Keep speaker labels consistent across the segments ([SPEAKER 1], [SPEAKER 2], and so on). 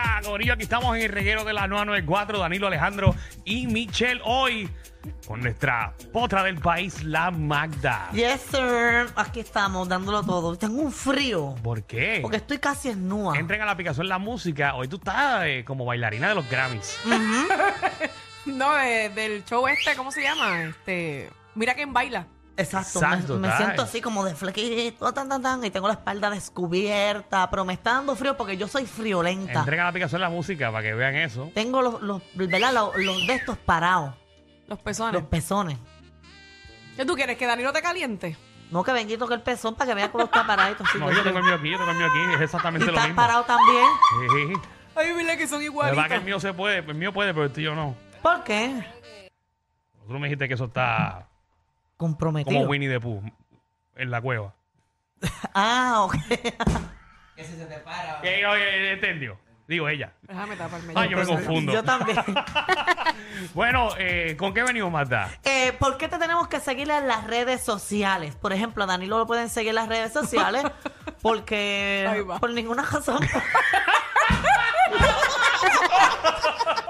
[SPEAKER 1] Zumba, Corillo. Aquí estamos en el reguero de la 994, Danilo Alejandro y Michelle. Hoy con nuestra potra del país, la Magda.
[SPEAKER 2] Yes, sir. Aquí estamos, dándolo todo. Tengo un frío.
[SPEAKER 1] ¿Por qué?
[SPEAKER 2] Porque estoy casi esnúa.
[SPEAKER 1] Entren a la aplicación La Música. Hoy tú estás eh, como bailarina de los Grammys.
[SPEAKER 3] No, de- del show este, ¿cómo se llama? Este, mira quién baila.
[SPEAKER 2] Exacto. me-
[SPEAKER 1] Exacto,
[SPEAKER 2] me,
[SPEAKER 1] tal.
[SPEAKER 2] siento así como de flequito, tan, tan, tan, y tengo la espalda descubierta, pero me está dando frío porque yo soy friolenta.
[SPEAKER 1] Entren a la aplicación La Música para que vean eso.
[SPEAKER 2] Tengo los, los, ¿verdad? Los, los de estos parados,
[SPEAKER 3] Los pezones.
[SPEAKER 2] los pezones.
[SPEAKER 3] ¿Qué tú quieres? ¿Que Danilo te caliente?
[SPEAKER 2] No, que venga y toque el pezón para que vea cómo está paradito. así,
[SPEAKER 1] No,
[SPEAKER 2] así.
[SPEAKER 1] yo tengo el mío aquí, yo tengo el mío aquí. Es
[SPEAKER 2] y
[SPEAKER 1] exactamente lo
[SPEAKER 2] estás
[SPEAKER 1] mismo.
[SPEAKER 2] parado también.
[SPEAKER 1] Sí.
[SPEAKER 3] Ay, mira que son
[SPEAKER 1] La verdad que el
[SPEAKER 3] igualitos.
[SPEAKER 1] mío se puede, el mío puede, pero el tuyo no.
[SPEAKER 2] ¿Por qué?
[SPEAKER 1] Tú no me dijiste que eso está como
[SPEAKER 2] Comprometido.
[SPEAKER 1] Winnie the Pooh en la cueva.
[SPEAKER 2] Ah, ok.
[SPEAKER 1] Que yo, eh, entendió. Digo ella.
[SPEAKER 3] Déjame taparme.
[SPEAKER 1] Ay, yo me confundo.
[SPEAKER 2] Yo también.
[SPEAKER 1] Bueno, eh, ¿con qué venimos, Marta?
[SPEAKER 2] Eh, ¿Por qué te tenemos que seguir en las redes sociales? Por ejemplo, a Danilo lo pueden seguir en las redes sociales
[SPEAKER 3] Ahí
[SPEAKER 2] porque
[SPEAKER 3] va.
[SPEAKER 2] por ninguna razón.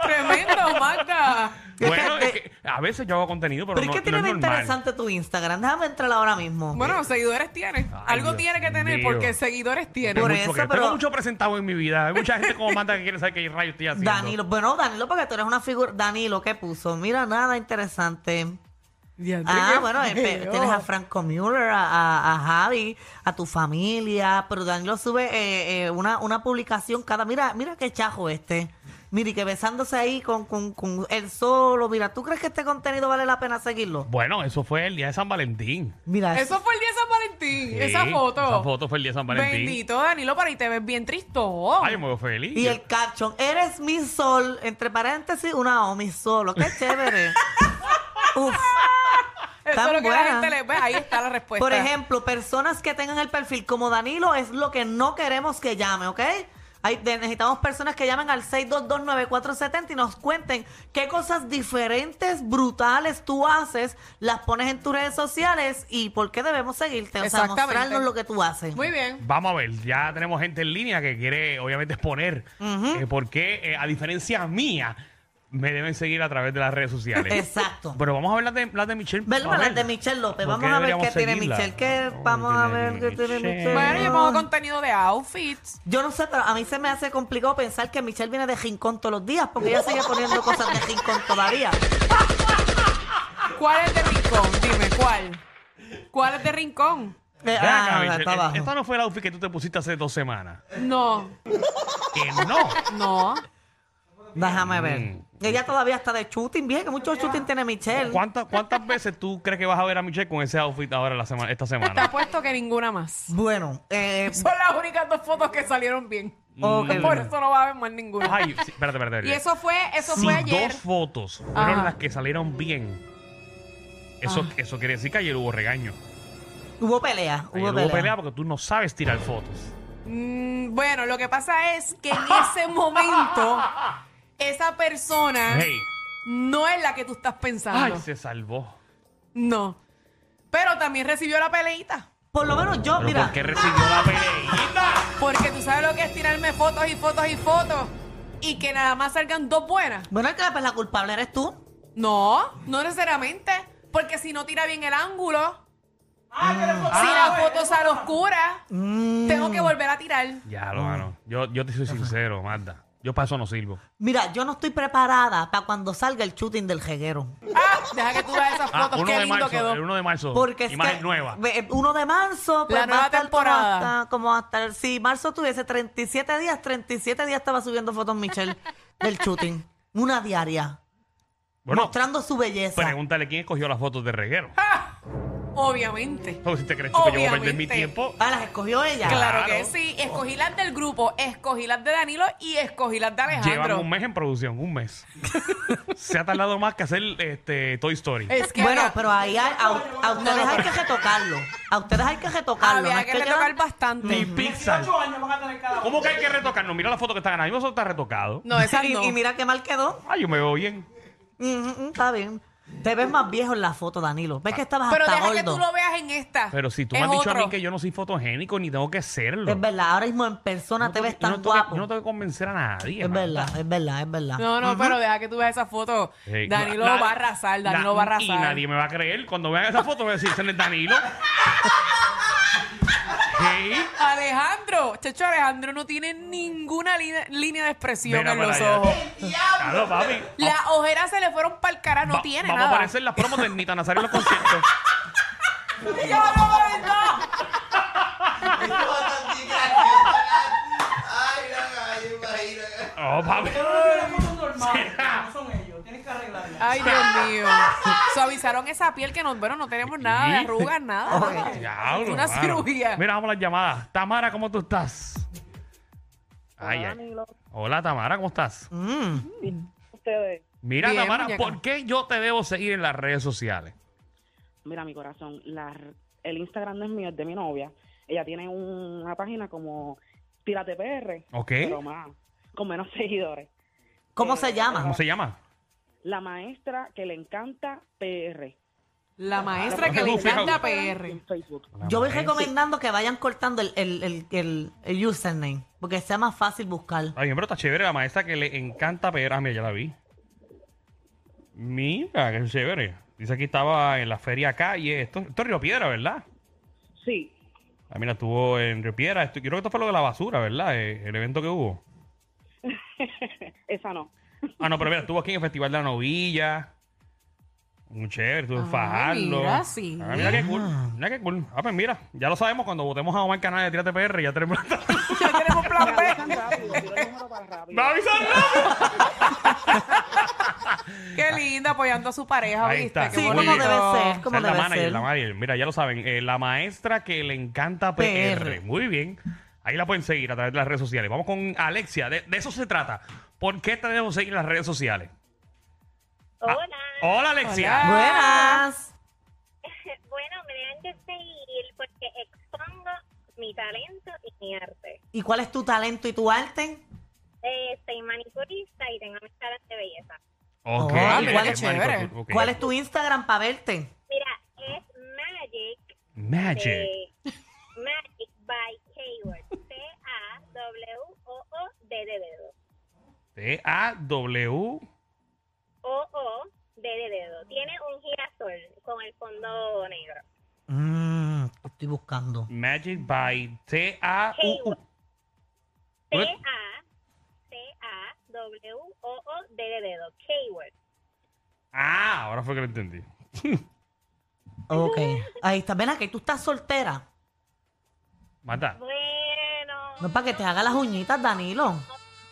[SPEAKER 3] Tremendo, Magda.
[SPEAKER 1] Bueno, es que a veces yo hago contenido, pero,
[SPEAKER 2] ¿Pero
[SPEAKER 1] no,
[SPEAKER 2] es que
[SPEAKER 1] no
[SPEAKER 2] tiene
[SPEAKER 1] es
[SPEAKER 2] de
[SPEAKER 1] normal.
[SPEAKER 2] interesante tu Instagram? Déjame entrar ahora mismo.
[SPEAKER 3] Bueno, seguidores tiene.
[SPEAKER 1] Ay,
[SPEAKER 3] Algo
[SPEAKER 1] Dios
[SPEAKER 3] tiene que tener
[SPEAKER 1] mío.
[SPEAKER 3] porque seguidores tiene.
[SPEAKER 1] Tengo
[SPEAKER 2] Por
[SPEAKER 1] mucho
[SPEAKER 2] eso,
[SPEAKER 1] que- Tengo
[SPEAKER 2] pero-
[SPEAKER 1] mucho presentado en mi vida. Hay mucha gente como Marta que quiere saber qué rayo estoy haciendo.
[SPEAKER 2] Danilo, bueno, Danilo, porque tú eres una figura. Danilo, ¿qué puso? Mira, nada interesante.
[SPEAKER 3] Diantre,
[SPEAKER 2] Ah,
[SPEAKER 3] qué
[SPEAKER 2] bueno, eh, pe-
[SPEAKER 3] feo.
[SPEAKER 2] tienes a Franco Mueller, a, a- a Javi, a tu familia, pero Danilo sube eh, eh, una, una publicación cada... Mira, mira qué chajo este. Mira, y que besándose ahí con, con, con él solo. Mira, ¿tú crees que este contenido vale la pena seguirlo?
[SPEAKER 1] Bueno, eso fue el día de San Valentín.
[SPEAKER 2] Mira,
[SPEAKER 3] Eso fue el día de San Valentín.
[SPEAKER 1] Sí,
[SPEAKER 3] esa foto.
[SPEAKER 1] Esa foto fue el día de San Valentín.
[SPEAKER 3] Bendito, Danilo, para ahí te ves bien tristón.
[SPEAKER 1] Ay, yo me veo feliz.
[SPEAKER 2] y el caption, eres mi sol, entre paréntesis, una o mi solo. Qué chévere. Uf.
[SPEAKER 3] Eso es
[SPEAKER 2] tan
[SPEAKER 3] lo que
[SPEAKER 2] buena.
[SPEAKER 3] la gente le ve. Ahí Pues está la respuesta.
[SPEAKER 2] Por ejemplo, personas que tengan el perfil como Danilo es lo que no queremos que llame, ¿ok? Hay- de- necesitamos personas que llamen al 6229470 y nos cuenten qué cosas diferentes, brutales tú haces, las pones en tus redes sociales y por qué debemos seguirte. O sea,
[SPEAKER 3] Exactamente.
[SPEAKER 2] mostrarnos lo que tú haces.
[SPEAKER 3] Muy bien.
[SPEAKER 1] Vamos a ver, ya tenemos gente en línea que quiere, obviamente, exponer eh, por qué, eh, a diferencia mía, me deben seguir a través de las redes sociales.
[SPEAKER 2] Exacto.
[SPEAKER 1] Pero vamos a ver las de, las de Michelle.
[SPEAKER 2] Verlo
[SPEAKER 1] a
[SPEAKER 2] las
[SPEAKER 1] ver.
[SPEAKER 2] de Michelle López.
[SPEAKER 1] ¿Por
[SPEAKER 2] Vamos a ver
[SPEAKER 1] deberíamos
[SPEAKER 2] qué tiene
[SPEAKER 1] seguirla?
[SPEAKER 2] Michelle. ¿Qué?
[SPEAKER 1] Oh,
[SPEAKER 2] Vamos a ver qué tiene Michelle.
[SPEAKER 3] Bueno, yo pongo contenido de outfits.
[SPEAKER 2] Yo no sé, pero a mí se me hace complicado pensar que Michelle viene de Rincón todos los días porque ella sigue poniendo cosas de Rincón todavía.
[SPEAKER 3] ¿Cuál es de rincón? Dime, ¿cuál? ¿Cuál es de rincón?
[SPEAKER 2] Eh,
[SPEAKER 1] Ven
[SPEAKER 2] ah,
[SPEAKER 1] acá, Michelle,
[SPEAKER 2] está
[SPEAKER 1] eh,
[SPEAKER 2] abajo.
[SPEAKER 1] Esta no fue el outfit que tú te pusiste hace dos semanas.
[SPEAKER 3] No,
[SPEAKER 1] Que no.
[SPEAKER 3] no.
[SPEAKER 2] Déjame ver.
[SPEAKER 1] Mm.
[SPEAKER 2] Ella todavía está de shooting, bien, que mucho shooting tiene Michelle.
[SPEAKER 1] ¿Cuántas, ¿Cuántas veces tú crees que vas a ver a Michelle con ese outfit ahora la semana, esta
[SPEAKER 3] Te
[SPEAKER 1] semana?
[SPEAKER 3] apuesto que ninguna más.
[SPEAKER 2] Bueno, eh,
[SPEAKER 3] Son las únicas dos fotos que salieron bien.
[SPEAKER 1] Mm.
[SPEAKER 2] ok.
[SPEAKER 3] Por eso no va a haber más ninguna.
[SPEAKER 1] Ay, sí, espérate, espérate.
[SPEAKER 3] Y eso fue, eso
[SPEAKER 1] si
[SPEAKER 3] fue ayer.
[SPEAKER 1] dos fotos fueron
[SPEAKER 3] Ajá. Ah.
[SPEAKER 1] las que salieron bien, eso, eso quiere decir que ayer hubo regaño.
[SPEAKER 2] hubo pelea,
[SPEAKER 1] Ayer
[SPEAKER 2] hubo
[SPEAKER 1] hubo
[SPEAKER 2] pelea.
[SPEAKER 1] pelea porque tú no sabes tirar fotos.
[SPEAKER 3] Mm, bueno, lo que pasa es que en ese momento, esa persona
[SPEAKER 1] Hey.
[SPEAKER 3] no es la que tú estás
[SPEAKER 1] Ay,
[SPEAKER 3] pensando.
[SPEAKER 1] se salvó.
[SPEAKER 3] No. Pero también recibió la peleita.
[SPEAKER 2] Por lo menos yo,
[SPEAKER 1] Pero
[SPEAKER 2] mira,
[SPEAKER 1] ¿por qué recibió la peleita?
[SPEAKER 3] Porque tú sabes lo que es tirarme fotos y fotos y fotos. Y que nada más salgan dos buenas.
[SPEAKER 2] bueno, es que pues, la culpable eres tú.
[SPEAKER 3] No, no necesariamente. Porque si no tira bien el ángulo, si
[SPEAKER 1] Ah,
[SPEAKER 3] la foto sale oscura,
[SPEAKER 2] Mm.
[SPEAKER 3] tengo que volver a tirar.
[SPEAKER 1] Ya, lo mano. Yo, yo te soy sincero, Marta. Yo para eso no sirvo.
[SPEAKER 2] Mira, yo no estoy preparada para cuando salga el shooting del jeguero.
[SPEAKER 3] Ah, deja que tú veas esas
[SPEAKER 1] Ah,
[SPEAKER 3] fotos,
[SPEAKER 1] 1
[SPEAKER 3] qué
[SPEAKER 1] de
[SPEAKER 3] lindo
[SPEAKER 1] marzo.
[SPEAKER 3] quedó.
[SPEAKER 1] El 1 de marzo.
[SPEAKER 2] Porque es
[SPEAKER 1] imagen
[SPEAKER 2] que,
[SPEAKER 1] nueva.
[SPEAKER 2] ve, eh, 1 de marzo, pues,
[SPEAKER 3] La
[SPEAKER 2] va a
[SPEAKER 3] nueva
[SPEAKER 2] estar como
[SPEAKER 3] temporada.
[SPEAKER 2] hasta- Como hasta, el- si marzo tuviese 37 días, 37 días estaba subiendo fotos Michelle del shooting. Una diaria.
[SPEAKER 1] Bueno, pues,
[SPEAKER 2] Mostrando su belleza.
[SPEAKER 1] pregúntale quién escogió las fotos de reguero.
[SPEAKER 3] Ah, obviamente.
[SPEAKER 1] O si te crees tú que yo voy a perder
[SPEAKER 3] Obviamente.
[SPEAKER 1] mi tiempo.
[SPEAKER 2] Ah, las escogió ella.
[SPEAKER 3] Claro,
[SPEAKER 1] Claro.
[SPEAKER 3] que sí. Escogí las del grupo, escogí las de Danilo y escogí las de
[SPEAKER 1] Llevan
[SPEAKER 3] Alejandro.
[SPEAKER 1] un mes en producción, un mes. Se ha tardado más que hacer este, Toy Story.
[SPEAKER 3] Es que
[SPEAKER 2] bueno, pues,
[SPEAKER 3] acá
[SPEAKER 2] pero ahí hay- a, a ustedes hay que retocarlo. A ustedes hay que retocarlo. no
[SPEAKER 3] había
[SPEAKER 2] es
[SPEAKER 3] que
[SPEAKER 2] que
[SPEAKER 3] retocar
[SPEAKER 2] quedan-
[SPEAKER 3] bastante.
[SPEAKER 1] Ni Pixar. ¿Cómo que hay que retocarnos? Mira la foto que están ganando. Mismo eso está retocado.
[SPEAKER 3] No, esas
[SPEAKER 2] y,
[SPEAKER 3] no.
[SPEAKER 2] y mira qué mal quedó.
[SPEAKER 1] Ay, yo me veo bien.
[SPEAKER 2] Mm, mm, está bien. Te ves más viejo en la foto, Danilo. Ves que estabas
[SPEAKER 3] Pero
[SPEAKER 2] hasta
[SPEAKER 3] deja que
[SPEAKER 2] gordo.
[SPEAKER 3] tú lo veas en esta.
[SPEAKER 1] Pero si tú
[SPEAKER 3] Es
[SPEAKER 1] me has dicho a
[SPEAKER 3] otro.
[SPEAKER 1] mí que yo no soy fotogénico ni tengo que serlo.
[SPEAKER 2] Es verdad, ahora mismo en persona
[SPEAKER 1] Yo no
[SPEAKER 2] te
[SPEAKER 1] tengo-
[SPEAKER 2] ves
[SPEAKER 1] yo no
[SPEAKER 2] tan
[SPEAKER 1] tengo que-
[SPEAKER 2] guapo.
[SPEAKER 1] Yo no tengo que convencer a nadie.
[SPEAKER 2] es
[SPEAKER 1] mano.
[SPEAKER 2] verdad, es verdad, es verdad.
[SPEAKER 3] No, no, pero deja que tú veas esa foto.
[SPEAKER 1] Sí.
[SPEAKER 3] Danilo
[SPEAKER 1] Na-
[SPEAKER 3] va a arrasar,
[SPEAKER 1] na-
[SPEAKER 3] Danilo va a
[SPEAKER 1] Y
[SPEAKER 3] arrasar.
[SPEAKER 1] nadie me va a creer. Cuando vean esa foto, voy a decir, "Ese no es Danilo. Sí.
[SPEAKER 3] Alejandro, Checho Alejandro no tiene ninguna línea, línea de expresión
[SPEAKER 1] Mira
[SPEAKER 3] en
[SPEAKER 1] para
[SPEAKER 3] los
[SPEAKER 1] allá.
[SPEAKER 3] ojos.
[SPEAKER 1] Claro, papi.
[SPEAKER 3] Las ojeras se le fueron para el cara, no
[SPEAKER 1] Va-
[SPEAKER 3] tiene
[SPEAKER 1] vamos
[SPEAKER 3] nada.
[SPEAKER 1] a aparecer las promos de Nita Nazario en los conciertos.
[SPEAKER 3] Ya va a aparecer.
[SPEAKER 4] Ay, no, ay, imagino.
[SPEAKER 1] Oh, papi.
[SPEAKER 5] normales, no son ellos. Tienes que arreglarla.
[SPEAKER 3] Ay, Dios mío. Suavizaron esa piel que nos, bueno, no tenemos nada de
[SPEAKER 1] Sí.
[SPEAKER 3] arrugas, nada.
[SPEAKER 1] Diablo,
[SPEAKER 3] Una
[SPEAKER 1] mano.
[SPEAKER 3] cirugía.
[SPEAKER 1] Mira, vamos a las llamadas. Tamara, ¿cómo tú estás? Ay, ay. Hola, Tamara, ¿cómo estás?
[SPEAKER 2] Mm.
[SPEAKER 6] ustedes.
[SPEAKER 1] Mira,
[SPEAKER 3] Bien,
[SPEAKER 1] Tamara,
[SPEAKER 3] muñeca.
[SPEAKER 1] ¿por qué yo te debo seguir en las redes sociales?
[SPEAKER 6] Mira, mi corazón, la r- el Instagram no es mío, es de mi novia. Ella tiene una página como Tírate PR,
[SPEAKER 3] ¿Eh?
[SPEAKER 1] ¿Ok?
[SPEAKER 6] pero más, con menos seguidores.
[SPEAKER 2] ¿Cómo
[SPEAKER 6] Eh,
[SPEAKER 2] se llama?
[SPEAKER 1] ¿Cómo se llama?
[SPEAKER 6] La maestra que le encanta PR.
[SPEAKER 3] Ah, La maestra que
[SPEAKER 1] Yo
[SPEAKER 3] le
[SPEAKER 1] me fui a-
[SPEAKER 3] encanta
[SPEAKER 6] En
[SPEAKER 3] PR.
[SPEAKER 6] Facebook.
[SPEAKER 2] Yo voy
[SPEAKER 1] Ay,
[SPEAKER 2] recomendando que vayan cortando el, el, el, el- el username, porque sea más fácil buscar.
[SPEAKER 1] Ay, pero está chévere la maestra que le encanta pegar. Ah, mira, ya la vi. Mira, qué chévere. Dice que estaba en la feria calle. Esto, esto es Río Piedra, ¿verdad?
[SPEAKER 6] Sí,
[SPEAKER 1] Ah, mira, estuvo en Río Piedra. Esto, creo que esto fue lo de la basura, ¿verdad? Eh, El, evento que hubo.
[SPEAKER 6] esa no.
[SPEAKER 1] Ah, no, pero mira, estuvo aquí en el Festival de la Novilla. Muy chévere, estuvo en
[SPEAKER 3] Ah,
[SPEAKER 1] Fajardo.
[SPEAKER 3] mira, sí.
[SPEAKER 1] Ah, mira qué cool. Mira qué cool. Ah, pues mira, ya lo sabemos cuando votemos a Omar Canal de Tírate PR, ya tenemos la
[SPEAKER 3] Ya tenemos
[SPEAKER 6] Me
[SPEAKER 3] plan
[SPEAKER 6] avisan
[SPEAKER 3] B.
[SPEAKER 6] rápido, tiro el número para rápido.
[SPEAKER 1] ¡Me avisan rápido!
[SPEAKER 3] Qué linda, apoyando a su pareja,
[SPEAKER 1] Ahí
[SPEAKER 3] ¿viste?
[SPEAKER 1] está.
[SPEAKER 3] Qué
[SPEAKER 2] Sí,
[SPEAKER 1] como
[SPEAKER 2] ¿cómo
[SPEAKER 1] bonito.
[SPEAKER 2] debe ser?
[SPEAKER 1] Esa
[SPEAKER 2] ¿Cómo
[SPEAKER 1] es la
[SPEAKER 2] debe
[SPEAKER 1] manager,
[SPEAKER 2] ser?
[SPEAKER 1] la manager. Mira, ya lo saben. eh, la maestra que le encanta PR.
[SPEAKER 2] PR.
[SPEAKER 1] Muy bien. Ahí la pueden seguir a través de las redes sociales. Vamos con Alexia. De, de eso se trata. ¿Por qué tenemos que seguir en las redes sociales? Ah,
[SPEAKER 7] Hola.
[SPEAKER 1] hola, Alexia.
[SPEAKER 3] Hola.
[SPEAKER 2] Buenas.
[SPEAKER 7] Bueno, me deben de seguir porque expongo mi talento y mi arte.
[SPEAKER 2] ¿Y cuál es tu talento y tu arte?
[SPEAKER 7] Eh, soy manicurista y tengo mis salas de belleza.
[SPEAKER 1] Ok.
[SPEAKER 2] Ah,
[SPEAKER 3] mira qué
[SPEAKER 1] eh,
[SPEAKER 3] chévere.
[SPEAKER 1] manicure, ok.
[SPEAKER 2] ¿Cuál es tu Instagram para verte?
[SPEAKER 7] Mira, es Magic.
[SPEAKER 1] Magic.
[SPEAKER 7] de- Magic by Hayward. C-A-W-O-O-D de dedo.
[SPEAKER 1] T-A-W.
[SPEAKER 7] O-O-D de dedo. Tiene un girasol con el fondo negro.
[SPEAKER 2] Mm, estoy buscando.
[SPEAKER 1] Magic by T-A-U-U.
[SPEAKER 7] C-A. C-A-W-O-O-D de dedo. Hayward.
[SPEAKER 1] Ah, ahora fue que lo entendí.
[SPEAKER 2] Ok. Ahí está. Ven aquí, tú estás soltera.
[SPEAKER 1] Mata.
[SPEAKER 7] Bueno.
[SPEAKER 2] No es para que te haga las uñitas, Danilo.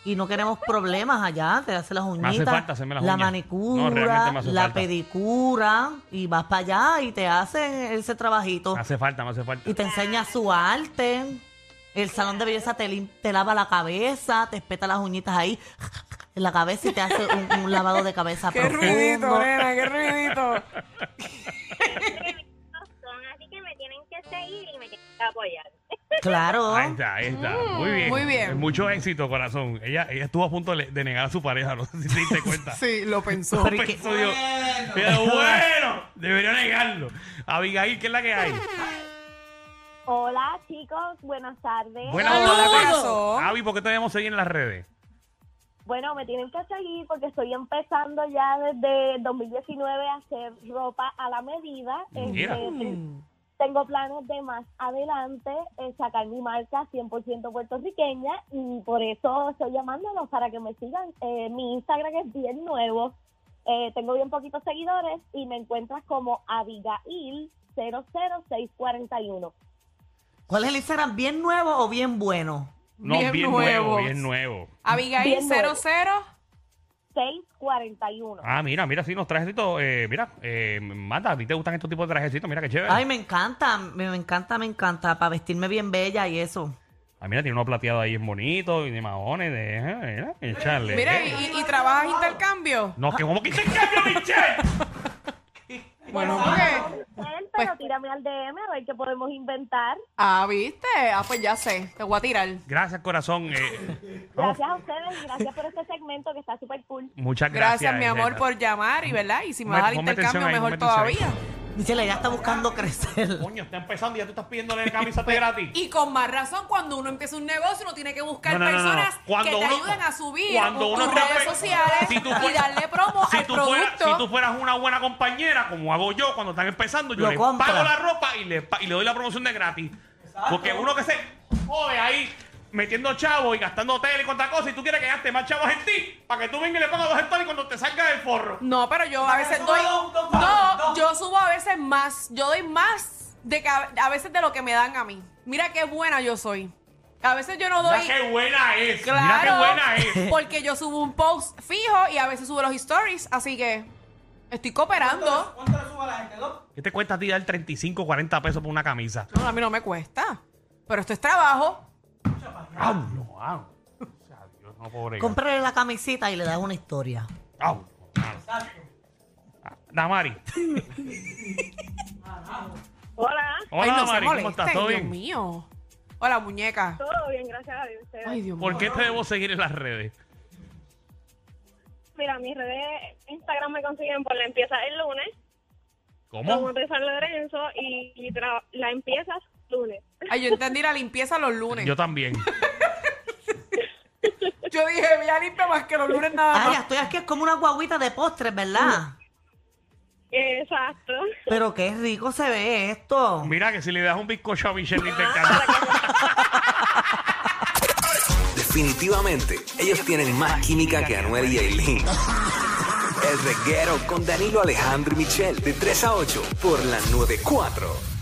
[SPEAKER 2] Y no queremos problemas allá. Te hace las
[SPEAKER 1] hace
[SPEAKER 2] uñitas.
[SPEAKER 1] falta hacerme las
[SPEAKER 2] la
[SPEAKER 1] uñas. No,
[SPEAKER 2] manicura,
[SPEAKER 1] realmente me hace
[SPEAKER 2] la
[SPEAKER 1] falta.
[SPEAKER 2] pedicura. Y vas para allá y te hacen ese trabajito.
[SPEAKER 1] Me hace falta, me hace falta.
[SPEAKER 2] Y te enseña su arte. El salón de belleza te, lim- te lava la cabeza, te espeta las uñitas ahí en la cabeza y te hace un, un lavado de cabeza
[SPEAKER 3] Qué
[SPEAKER 2] profundo.
[SPEAKER 3] ruidito, nena, qué ruidito.
[SPEAKER 7] tremendos son, así que me tienen que seguir y me tienen que apoyar.
[SPEAKER 2] Claro.
[SPEAKER 1] Ahí está, ahí está. muy bien.
[SPEAKER 3] muy bien.
[SPEAKER 1] Eh, Mucho éxito, corazón. Ella, ella estuvo a punto de, de negar a su pareja, no sé si te diste cuenta.
[SPEAKER 3] Sí, lo pensó.
[SPEAKER 2] Pero ¿y qué-
[SPEAKER 1] Eso dio- Pero bueno, debería negarlo. Abigail, ¿qué es la que hay?
[SPEAKER 7] Hola chicos, buenas tardes.
[SPEAKER 1] hola,
[SPEAKER 3] corazón.
[SPEAKER 1] Abby, ¿por qué te debemos seguir en las redes?
[SPEAKER 7] Bueno, me tienen que seguir porque estoy empezando ya desde 2019 a hacer ropa a la medida.
[SPEAKER 1] Mira.
[SPEAKER 7] Este, tengo planes de más adelante eh, sacar mi marca 100% puertorriqueña y por eso estoy llamándolos para que me sigan. Eh, mi Instagram es bien nuevo, eh, tengo bien poquitos seguidores y me encuentras como Abigail00641.
[SPEAKER 2] ¿Cuál es el Instagram? ¿Bien nuevo o bien bueno?
[SPEAKER 1] No, bien,
[SPEAKER 3] Bien
[SPEAKER 1] nuevo,
[SPEAKER 3] nuevos.
[SPEAKER 1] bien nuevo.
[SPEAKER 3] Abigail
[SPEAKER 7] Bien nuevo.
[SPEAKER 3] 00.
[SPEAKER 7] 641.
[SPEAKER 1] Ah, mira, mira, sí, unos trajecitos. eh, mira, eh, Manda, ¿a ti te gustan estos tipos de trajecitos? Mira, qué chévere.
[SPEAKER 2] Ay, me encanta, me, me encanta, me encanta. Para vestirme bien bella y eso.
[SPEAKER 1] Ah, mira, tiene uno plateado ahí, es bonito, y de mahones, de... eh, Mira, echarle.
[SPEAKER 3] Mira, y, y- y trabajas intercambio.
[SPEAKER 1] No, que como que se cambia, Michelle.
[SPEAKER 3] Bueno, pues. porque
[SPEAKER 7] Ustedes pero
[SPEAKER 3] Pues-
[SPEAKER 7] tírame al DM a ver qué podemos inventar.
[SPEAKER 3] Ah, ¿viste? Ah, pues ya sé. Te voy a tirar.
[SPEAKER 1] Gracias, corazón. eh, vamos,
[SPEAKER 7] Gracias a ustedes y gracias por este segmento que está súper cool.
[SPEAKER 1] muchas
[SPEAKER 3] Gracias,
[SPEAKER 1] gracias.
[SPEAKER 3] mi amor,
[SPEAKER 1] Isela.
[SPEAKER 3] por llamar y, ¿verdad? Y si me
[SPEAKER 1] Ponme-
[SPEAKER 3] vas a dar
[SPEAKER 1] ponme
[SPEAKER 3] intercambio,
[SPEAKER 1] atención ahí,
[SPEAKER 3] mejor
[SPEAKER 1] ponme atención
[SPEAKER 3] todavía.
[SPEAKER 1] ahí.
[SPEAKER 2] Michelle, ella está buscando crecer.
[SPEAKER 1] Coño, está empezando y ya tú estás pidiéndole camisas de gratis.
[SPEAKER 3] Y con más razón, cuando uno empieza un negocio, uno tiene que buscar
[SPEAKER 1] No, no, no, no, no.
[SPEAKER 3] personas
[SPEAKER 1] Cuando
[SPEAKER 3] que te
[SPEAKER 1] uno-
[SPEAKER 3] ayuden a subir
[SPEAKER 1] cuando uno
[SPEAKER 3] tus
[SPEAKER 1] está
[SPEAKER 3] redes
[SPEAKER 1] pe-
[SPEAKER 3] sociales
[SPEAKER 1] Si tú
[SPEAKER 3] y
[SPEAKER 1] fueras-
[SPEAKER 3] darle promo
[SPEAKER 1] si
[SPEAKER 3] al
[SPEAKER 1] tú fueras-
[SPEAKER 3] producto.
[SPEAKER 1] si tú fueras una buena compañera, como hago yo cuando están empezando, yo
[SPEAKER 2] Lo
[SPEAKER 1] le
[SPEAKER 2] compra.
[SPEAKER 1] pago la ropa y le, pa- y le doy la promoción de gratis. Porque uno que se jode ahí metiendo chavos y gastando hoteles y cuantas cosas, y tú quieres que gaste más chavos en ti para que tú vengas y le pagas dos hectáreas cuando te salga del forro.
[SPEAKER 3] No, pero yo a
[SPEAKER 5] Para que
[SPEAKER 3] veces
[SPEAKER 5] suba
[SPEAKER 3] doy.
[SPEAKER 5] dos, dos,
[SPEAKER 3] No,
[SPEAKER 5] dos, dos.
[SPEAKER 3] yo subo a veces más. Yo doy más de que a, a veces de lo que me dan a mí. Mira qué buena yo soy. A veces yo no doy.
[SPEAKER 1] Mira qué buena es. Mira qué
[SPEAKER 3] Claro.
[SPEAKER 1] buena eh. es.
[SPEAKER 3] Porque yo subo un post fijo y a veces subo los stories. Así que estoy
[SPEAKER 5] ¿Cuánto,
[SPEAKER 3] cooperando.
[SPEAKER 5] ¿Cuánto le sube a la gente? ¿Dos?
[SPEAKER 1] ¿Qué te cuesta a ti dar 35, 40 pesos por una camisa?
[SPEAKER 3] No, a mí no me cuesta. Pero esto es trabajo.
[SPEAKER 1] ¡Diablo! ¡Wow! O sea, Dios, no pobre.
[SPEAKER 2] Cómprale la camisita y le das una historia.
[SPEAKER 1] ¡Diablo!
[SPEAKER 5] Exacto.
[SPEAKER 1] Damari.
[SPEAKER 7] Hola,
[SPEAKER 1] Hola,
[SPEAKER 3] Ay, no se
[SPEAKER 1] Damari. ¿Cómo
[SPEAKER 3] molesten,
[SPEAKER 1] estás? ¿Todo
[SPEAKER 3] Dios
[SPEAKER 1] bien?
[SPEAKER 3] mío. Hola, muñeca.
[SPEAKER 7] todo bien, gracias a Dios. ustedes.
[SPEAKER 3] Ay, Dios mío.
[SPEAKER 1] ¿Por qué te debo seguir en las redes?
[SPEAKER 7] Mira, mis redes Instagram me consiguen por la empieza el lunes,
[SPEAKER 1] ¿Cómo?
[SPEAKER 7] de San Lorenzo, y, y tra- la empiezas lunes.
[SPEAKER 3] Ay, yo entendí la limpieza los lunes.
[SPEAKER 1] Yo también.
[SPEAKER 3] Yo dije, ya limpia más que los lunes nada
[SPEAKER 2] Ay,
[SPEAKER 3] más.
[SPEAKER 2] estoy aquí es como una guaguita de postres, ¿verdad?
[SPEAKER 7] Exacto.
[SPEAKER 2] Pero qué rico se ve esto.
[SPEAKER 1] Mira que si le das un bizcocho a Michelle de intercambio.
[SPEAKER 8] Definitivamente, ellos tienen más química que Anuel y Aileen. El reguero con Danilo Alejandro y Michel, de 3 a 8, por la 94. 4